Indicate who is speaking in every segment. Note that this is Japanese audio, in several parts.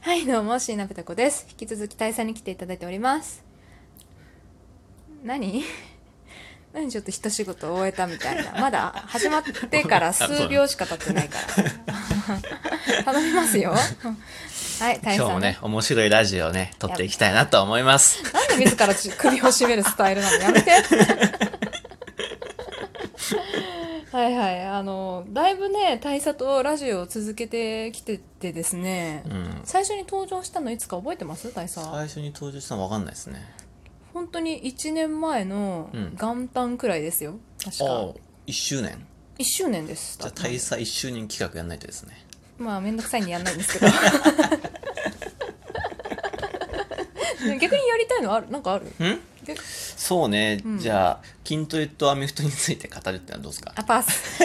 Speaker 1: はい、どうも、椎名ペタ子です。引き続き大佐に来ていただいております。何 何ちょっと一仕事終えたみたいな。まだ始まってから数秒しか経って ないから。頼みますよ。はい、大
Speaker 2: 今日
Speaker 1: 佐
Speaker 2: も。ね、面白いラジオをね、撮っていきたいなと思います。
Speaker 1: なんで自らち首を絞めるスタイルなのやめて。はいはい。あの、だいぶね、大佐とラジオを続けてきててですね。
Speaker 2: うん。
Speaker 1: 最初に登場したのいつか覚えてます大佐。
Speaker 2: 最初に登場したの分かんないですね。
Speaker 1: 本当に1年前の
Speaker 2: うん
Speaker 1: 元旦くらいですよ、確
Speaker 2: お
Speaker 1: か
Speaker 2: 1周年。
Speaker 1: 1周年です
Speaker 2: じゃあ、大佐1周年企画やんないとですね。
Speaker 1: まあ面倒くさいんでやんないんですけど 逆にやりたいのあるなんかある
Speaker 2: ん
Speaker 1: げ
Speaker 2: そうね、
Speaker 1: うん
Speaker 2: じゃあ、筋トレとアメフトについて語るってのはどうですか
Speaker 1: あパス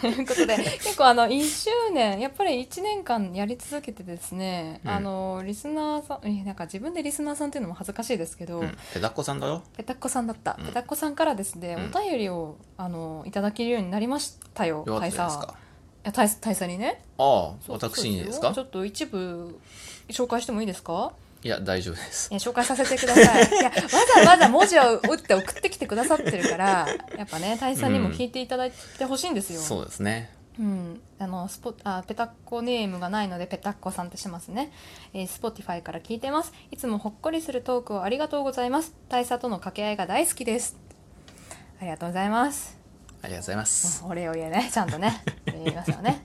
Speaker 1: ということで結構あの1周年やっぱり1年間やり続けてですね、
Speaker 2: うん
Speaker 1: あのリスナーさんえなんか自分でリスナーさんっていうのも恥ずかしいですけど、
Speaker 2: うん。ペダッコさんだろ
Speaker 1: ペタッコさんだった、
Speaker 2: うん
Speaker 1: ペタッコさんからですね、
Speaker 2: うん
Speaker 1: お便りをあのいただけるようになりましたよ
Speaker 2: よか
Speaker 1: 大
Speaker 2: ったじゃないで
Speaker 1: 佐
Speaker 2: すか。
Speaker 1: いや大佐大佐にね
Speaker 2: ああ、
Speaker 1: そう
Speaker 2: 私
Speaker 1: そ
Speaker 2: に
Speaker 1: う
Speaker 2: です
Speaker 1: よ
Speaker 2: か
Speaker 1: ちょっと一部紹介してもいいですか
Speaker 2: いや、大丈夫です
Speaker 1: い。や紹介させてください いやわざわざ文字を打って送ってきてくださってるからやっぱね大佐にも聞いていただいてほしいんですよ、
Speaker 2: そうですね。
Speaker 1: うん、あのスポあペタッコネームがないのでペタッコさんとしますね、えー、Spotify から聞いてますいつもほっこりするトークをありがとうございます大佐との掛け合いが大好きですありがとうございます
Speaker 2: ありがとうございます。
Speaker 1: うんお礼を言えねちゃんと ね言いますよね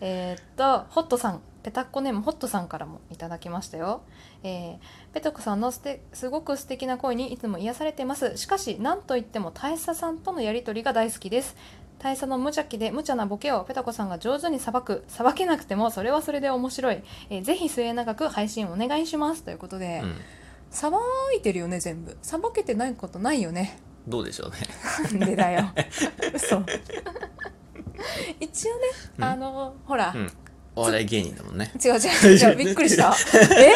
Speaker 1: えーっとホットさんペタッコネームホットさんからもいただきましたよ、えーペタコさんのすてすごく素敵な声にいつも癒されてますしかし何といっても大佐さんとのやりとりが大好きです大佐の無邪気で無茶なボケをペタコさんが上手にさばくさばけなくてもそれはそれで面白い、えーぜひ末永く配信お願いしますということで
Speaker 2: うん。
Speaker 1: さば、いてるよね全部さばけてないことないよね
Speaker 2: どうで しょうね。
Speaker 1: なんでだ よ嘘一応ね
Speaker 2: うん
Speaker 1: あのほら、
Speaker 2: うん。お笑い芸人だもんね。
Speaker 1: 違う 違う違うびっくりしたえ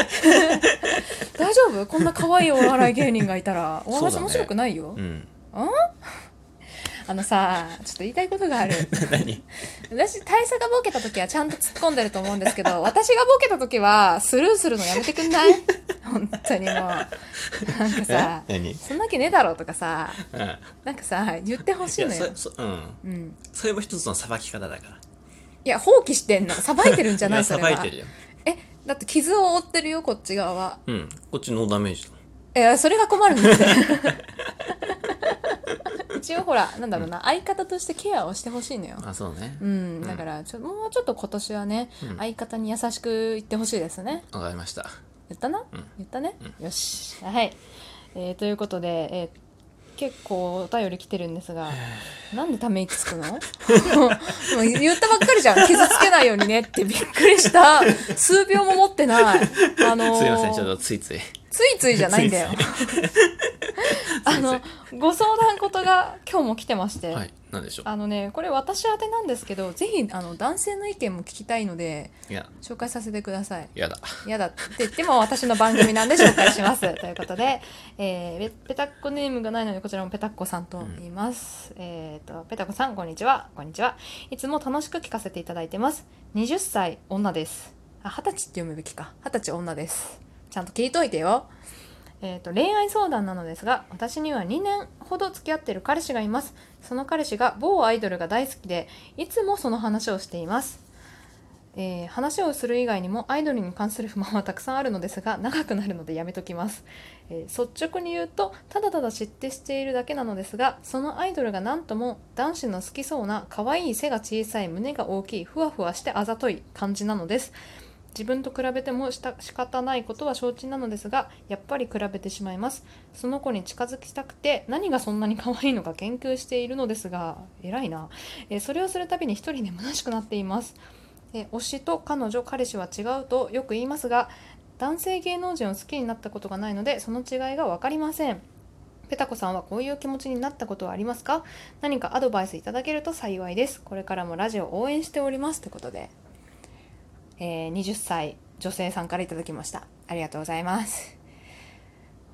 Speaker 1: 大丈夫こんな可愛いお笑い芸人がいたらお
Speaker 2: そう
Speaker 1: 話
Speaker 2: だね
Speaker 1: 面白くないよ、
Speaker 2: うん。
Speaker 1: あのさちょっと言いたいこと がある
Speaker 2: 何
Speaker 1: 私大佐がボケた時はちゃんと突っ込んでると思うんですけど私がボケた時はスルーするのやめてくんない 本当にもうなんかさ
Speaker 2: え 何
Speaker 1: そんなわけねえだろとかさ
Speaker 2: うん。
Speaker 1: なんかさ言ってほしいの
Speaker 2: いや
Speaker 1: よ、
Speaker 2: そそうん。
Speaker 1: うん、
Speaker 2: それも一つのさばき方だから。
Speaker 1: いや放棄してんのさばいてるんじ ゃない
Speaker 2: や
Speaker 1: そ
Speaker 2: さ
Speaker 1: れ
Speaker 2: ば
Speaker 1: はい
Speaker 2: てるよ。
Speaker 1: えだって傷を負ってるよこっち側は
Speaker 2: うん。こっちノーダメージだ。
Speaker 1: えそれが困るん ですよ一応ほらなんだろうな、相方としてケアをしてほしいのよ
Speaker 2: あ、そうね。
Speaker 1: う
Speaker 2: わ、
Speaker 1: んだからちょもうちょっと今年はね、
Speaker 2: うん
Speaker 1: 相方に優しく言ってほしいですね
Speaker 2: かりました。
Speaker 1: 言ったな、
Speaker 2: うん
Speaker 1: 言ったね、よしはい、えーということで、えー結構お便り来てるんです がなんでため息つくの もう言ったばっかりじゃん傷つけないようにねってび っくりした数秒も持ってないあのー
Speaker 2: すいません、ちょっとついつい。
Speaker 1: ついついじゃないんだよ
Speaker 2: ついつい
Speaker 1: あのご相談事が今日も来てまして、
Speaker 2: はい、なんでしょ
Speaker 1: あのねこれ私宛てなんですけどぜひあの男性の意見も聞きたいので
Speaker 2: う。いや、
Speaker 1: 紹介させてください
Speaker 2: やだ。
Speaker 1: 嫌だって言っても私の番組なんで紹介します ということで、えー、ペペタッコネームがないのでこちらもペタッコさんと言います、えっ、とペタッコさんこんにちはこんにちはいつも楽しく聞かせていただいてます20歳女ですあ20歳って読むべきか20歳女ですちゃんと聞いといてよえー、と恋愛相談なのですが私には2年ほど付き合ってる彼氏がいますその彼氏が某アイドルが大好きでいつもその話をしていますえー話をする以外にもアイドルに関する不満はたくさんあるのですが長くなるのでやめときます、えー率直に言うとただただ知ってしているだけなのですがそのアイドルが何とも男子の好きそうな可愛い背が小さい胸が大きいふわふわしてあざとい感じなのです自分と比べてもした仕方ないことは承知なのですがやっぱり比べてしまいますその子に近づきたくて何がそんなに可愛いのか研究しているのですが偉いな、えーそれをするたびに一人で虚しくなっていますえー推しと彼女彼氏は違うとよく言いますが男性芸能人を好きになったことがないのでその違いが分かりませんペタコさんはこういう気持ちになったことはありますか何かアドバイスいただけると幸いですこれからもラジオ応援しておりますということで、えー20歳女性さんからいただきましたありがとうございます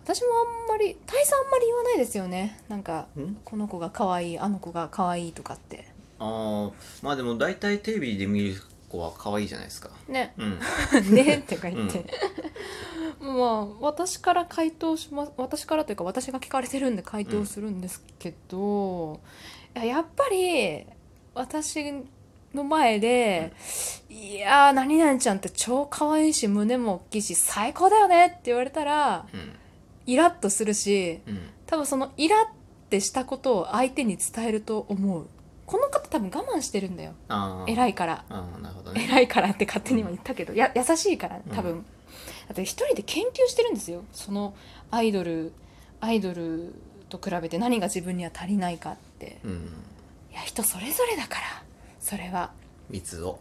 Speaker 1: 私もあんまり大佐あんまり言わないですよねなんか
Speaker 2: ん
Speaker 1: この子が可愛いあの子が可愛いとかって
Speaker 2: ああ、まあでも大体テレビで見る子は可愛いじゃないですか。
Speaker 1: ね
Speaker 2: うん。
Speaker 1: ねってか言って、まあ私から回答します私からというか私が聞かれてるんで回答するんですけど、いややっぱり私の前で「いやー何々ちゃんって超可愛いし胸も大きいし最高だよね」って言われたら
Speaker 2: うん。
Speaker 1: イラッとするし
Speaker 2: うん。
Speaker 1: 多分そのイラってしたことを相手に伝えると思うこの方多分我慢してるんだよ
Speaker 2: ああ。い。
Speaker 1: 偉いから
Speaker 2: ああ、なるほどね。
Speaker 1: 偉いからって勝手にも言ったけどや優しいから多分、
Speaker 2: う
Speaker 1: だって一人で研究してるんですよそのアイドルアイドルと比べて何が自分には足りないかって
Speaker 2: うん。
Speaker 1: いや人それぞれだからそれは
Speaker 2: 蜜を。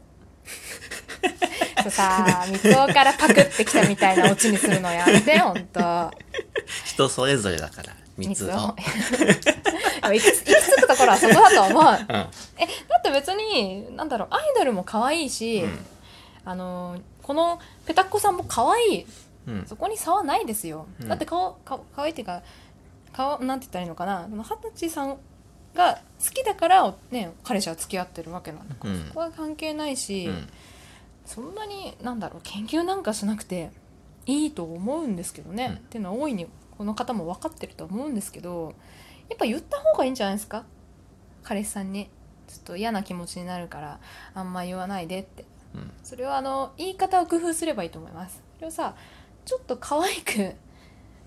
Speaker 1: そう さ三つ男からパクってきたみたいなオチにするのやめてほんと
Speaker 2: 人それぞれだから。蜜を。
Speaker 1: でも行き着行き着くところはそこだと思う
Speaker 2: うん。
Speaker 1: えだって別になんだろうアイドルも可愛いし、
Speaker 2: うん
Speaker 1: あのこのペタッコさんも可愛い
Speaker 2: うん。
Speaker 1: そこに差はないですよ、
Speaker 2: うん
Speaker 1: だって顔か可愛いっていうか顔なんて言ったらいいのかなでも二十歳さんが好きだから、ね、彼氏は付き合ってるわけなんだから、
Speaker 2: うん
Speaker 1: そこは関係ないし、
Speaker 2: うん。
Speaker 1: そんなになんだろう研究なんかしなくていいと思うんですけどね、
Speaker 2: うん
Speaker 1: っていうのは大いにこの方も分かってると思うんですけどやっぱ言った方がいいんじゃないですか彼氏さんにちょっと嫌な気持ちになるからあんま言わないでって
Speaker 2: うん。
Speaker 1: それはあの言い方を工夫すればいいと思いますそれをさちょっと可愛く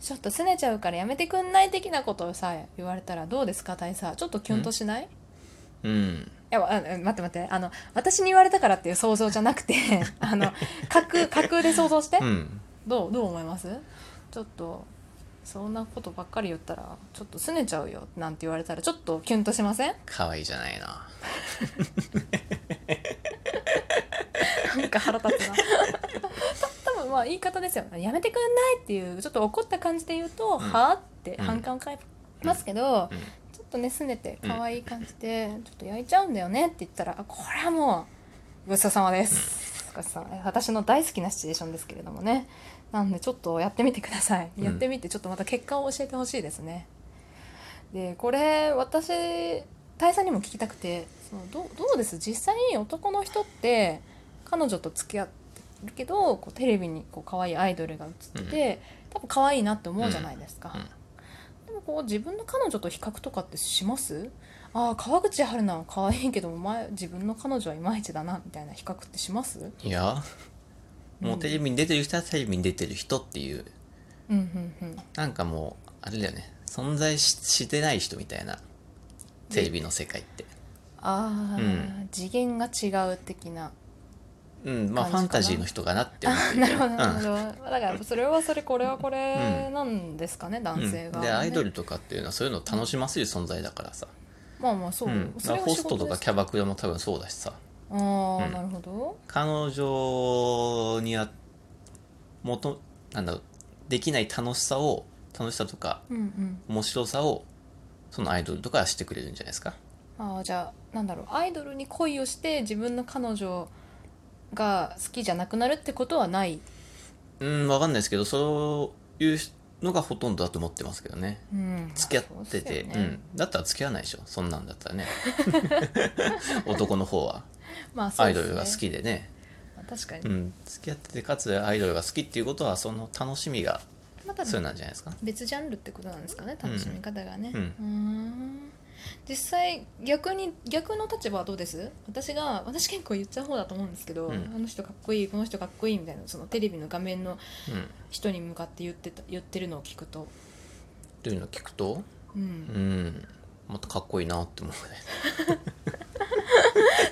Speaker 1: ちょっと拗ねちゃうからやめてくんない的なことをさ言われたらどうですか大佐ちょっとキュンとしない、
Speaker 2: うん。
Speaker 1: いや、わあ待って待って、あの、私に言われたからっていう想像じゃなく て、あの、架空、架空で想像して、
Speaker 2: うん。
Speaker 1: どう、どう思いますちょっと、そんなことばっかり言ったら、ちょっと拗ねちゃうよ、なんて言われたら、ちょっとキュンとしません
Speaker 2: 可愛いじゃないな。
Speaker 1: なんか腹立つな。 た多分まあ言い方ですよ。やめてくんないっていう、ちょっと怒った感じで言うと、
Speaker 2: ん
Speaker 1: はあって
Speaker 2: うん
Speaker 1: 反感を返ますけど、
Speaker 2: うん
Speaker 1: ちょっとね、拗ねて、可愛い感じで、ちょっと焼いちゃうんだよねって言ったら、あこれはもう、ごちそうさまです。ごちそうさま私の大好きなシチュエーションですけれどもね。なんで、ちょっとやってみてください。
Speaker 2: うん
Speaker 1: やってみて、ちょっとまた結果を教えてほしいですね。で、これ、私、大佐にも聞きたくて、そのどうどうです実際に男の人って、彼女と付き合ってるけどこうテレビにこう可愛いアイドルが映ってて、多分可愛いなって思うじゃないですか、
Speaker 2: うんうん
Speaker 1: でもこう自分の彼女と比較とかってしますああ川口春奈は可愛いけどお前自分の彼女はいまいちだなみたいな比較ってします
Speaker 2: いや、もうテレビに出てる人はテレビに出てる人っていう、
Speaker 1: うんうんうん
Speaker 2: なんかもう、あれだよね。存在ししてない人みたいな。テレビの世界って。
Speaker 1: ああ、
Speaker 2: うん
Speaker 1: 次元が違う的な
Speaker 2: うん、まあ
Speaker 1: 感じかな
Speaker 2: ファンタジーの人かなって思っ
Speaker 1: あ
Speaker 2: て
Speaker 1: なるほどなる
Speaker 2: うん
Speaker 1: ほど、だからそれはそれこれはこれなんですかね、男性
Speaker 2: う
Speaker 1: が、
Speaker 2: ん、
Speaker 1: ね
Speaker 2: でアイドルとかっていうのはそういうのを楽しませる存在だからさ、
Speaker 1: まあまあそう、
Speaker 2: うん、
Speaker 1: それは
Speaker 2: ホ
Speaker 1: 仕
Speaker 2: スト
Speaker 1: 事
Speaker 2: と
Speaker 1: で
Speaker 2: か
Speaker 1: す
Speaker 2: キャバクラも多分そうだしさ
Speaker 1: ああ、
Speaker 2: うん
Speaker 1: なるほど
Speaker 2: 彼女にはもとなんだろうできない楽しさを楽しさとか
Speaker 1: うんうん
Speaker 2: 面白さをそのアイドルとかはしてくれるんじゃないですか
Speaker 1: ああじゃあなんだろうアイドルに恋をして自分の彼女が好きじゃなくなるってことはない
Speaker 2: うんわかんないですけどそういうのがほとんどだと思ってますけどね
Speaker 1: うん
Speaker 2: 付き合ってて
Speaker 1: まあそうす
Speaker 2: う、
Speaker 1: よね
Speaker 2: ん、だったら付き合わないでしょそんなんだっ たらね男の方は
Speaker 1: まあそう
Speaker 2: ア
Speaker 1: です
Speaker 2: イ
Speaker 1: ね
Speaker 2: ドルが好きでね
Speaker 1: まあ確かに、
Speaker 2: うん、付き合っててかつアイドルが好きっていうことはその楽しみが
Speaker 1: また
Speaker 2: そうなんじゃないですか、
Speaker 1: 別ジャンルってことなんですかね楽しみ方がね
Speaker 2: うん
Speaker 1: ーん実際逆に逆の立場はどうです私が私結構言っちゃう方だと思うんですけど、
Speaker 2: うん
Speaker 1: あの人かっこいいこの人かっこいいみたいなそのテレビの画面の
Speaker 2: うん、
Speaker 1: 人に向かって言ってた言ってるのを聞くと、
Speaker 2: というのを聞くと
Speaker 1: うん
Speaker 2: うんもっとかっこいいなって思うね、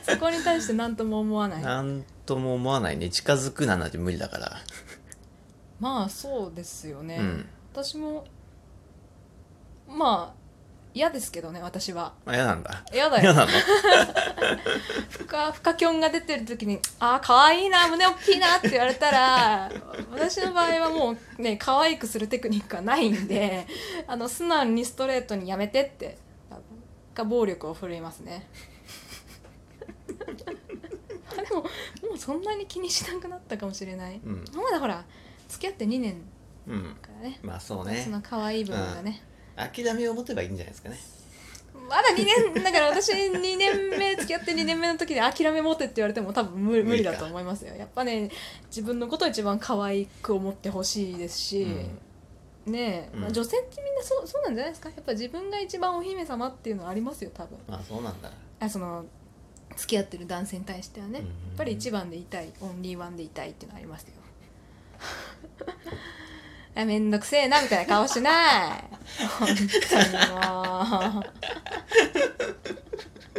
Speaker 1: そこに対して何とも思わない
Speaker 2: なんとも思わないね近づくななんて無理だから、
Speaker 1: まあそうですよね、
Speaker 2: うん
Speaker 1: 私もまあ嫌ですけどね私は
Speaker 2: あ嫌なんだ
Speaker 1: 嫌だ
Speaker 2: 嫌
Speaker 1: よ
Speaker 2: なの
Speaker 1: フカフカキョンが出てる時に「ああ可愛いな胸大きいな」って言われたら 私の場合はもうね可愛くするテクニックはないんで あの素直にストレートに「やめて」ってが暴力を振るいますね あでももうそんなに気にしなくなったかもしれない
Speaker 2: うん、
Speaker 1: 今までほら付き合って2年
Speaker 2: うん、
Speaker 1: からね
Speaker 2: まあそう
Speaker 1: そ
Speaker 2: ね
Speaker 1: の可愛い部分がね、
Speaker 2: 諦めを持てばいいんじゃないですかね
Speaker 1: まだ2年だから私2年目付き合って2年目の時で諦め持てって言われても多分無理無理だと思いますよやっぱね自分のことを一番可愛く思ってほしいですし、ねえ、ま
Speaker 2: う
Speaker 1: あ、
Speaker 2: ん
Speaker 1: 女性ってみんなそうそうなんじゃないですかやっぱ自分が一番お姫様っていうのはありますよ多分
Speaker 2: まあそうなんだ
Speaker 1: あその付き合ってる男性に対してはね、
Speaker 2: うん
Speaker 1: やっぱり一番でいたいオンリーワンでいたいっていうのはありますよ あめんどくせえなみたいな顔しない本当にもう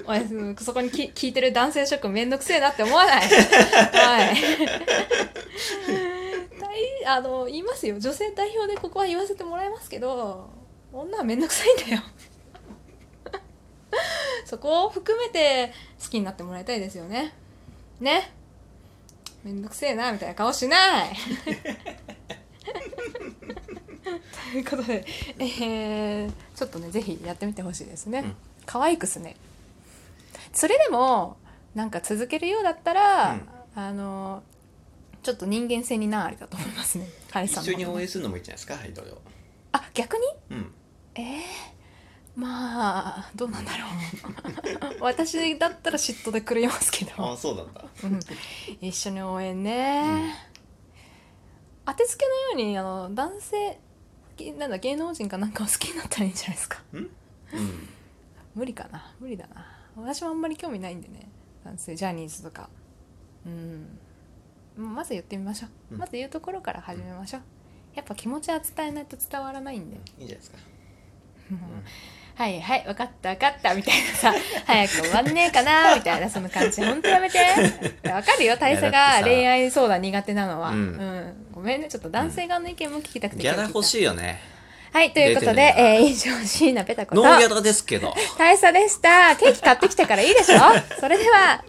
Speaker 1: おいそそこにき聞いてる男性諸君めんどくせえなって思わないおい大あの言いますよ女性代表でここは言わせてもらいますけど女はめんどくさいんだよそこを含めて好きになってもらいたいですよねねめんどくせえなみたいな顔しないということで、えーちょっとねぜひやってみてほしいですね、
Speaker 2: うん
Speaker 1: 可愛くすねそれでもなんか続けるようだったら、
Speaker 2: うん
Speaker 1: あのちょっと人間性に難ありだと思いますね彼さん
Speaker 2: 一
Speaker 1: の
Speaker 2: 緒に応
Speaker 1: こと
Speaker 2: 援するのもいいんじゃないですかアイドルを
Speaker 1: あ逆に
Speaker 2: うん
Speaker 1: えー、まあどうなんだろう私だったら嫉妬で狂いますけ
Speaker 2: あ
Speaker 1: ど
Speaker 2: あ、そうなんだ
Speaker 1: うん一緒に応援ね、当てつけのようにあの男性げなんだ芸能人かなんかを好きになったらいいんじゃないですか
Speaker 2: うんうん
Speaker 1: 無理かな無理だな私もあんまり興味ないんでね男性ジャニーズとかうんまず言ってみましょう、
Speaker 2: うん
Speaker 1: まず言うところから始めましょう、やっぱ気持ちは伝えないと伝わらないんで、
Speaker 2: いいんじゃないですか
Speaker 1: もうはいはい分かった分かったみたいなさ早く終わんねえかなみたいなその感じほんとやめて分かるよ大佐
Speaker 2: いやだって
Speaker 1: が
Speaker 2: さ
Speaker 1: 恋愛相談苦手なのは、
Speaker 2: うん
Speaker 1: うんごめんねちょっと男性側の意見も聞きたくて
Speaker 2: ギャラ欲
Speaker 1: い
Speaker 2: しいよね
Speaker 1: はいということで、
Speaker 2: 出てね
Speaker 1: えー、以上椎名ペタ子
Speaker 2: ノ
Speaker 1: と
Speaker 2: ーギャラですけど
Speaker 1: 大佐でしたケーキ買ってきたからいいでしょそれでは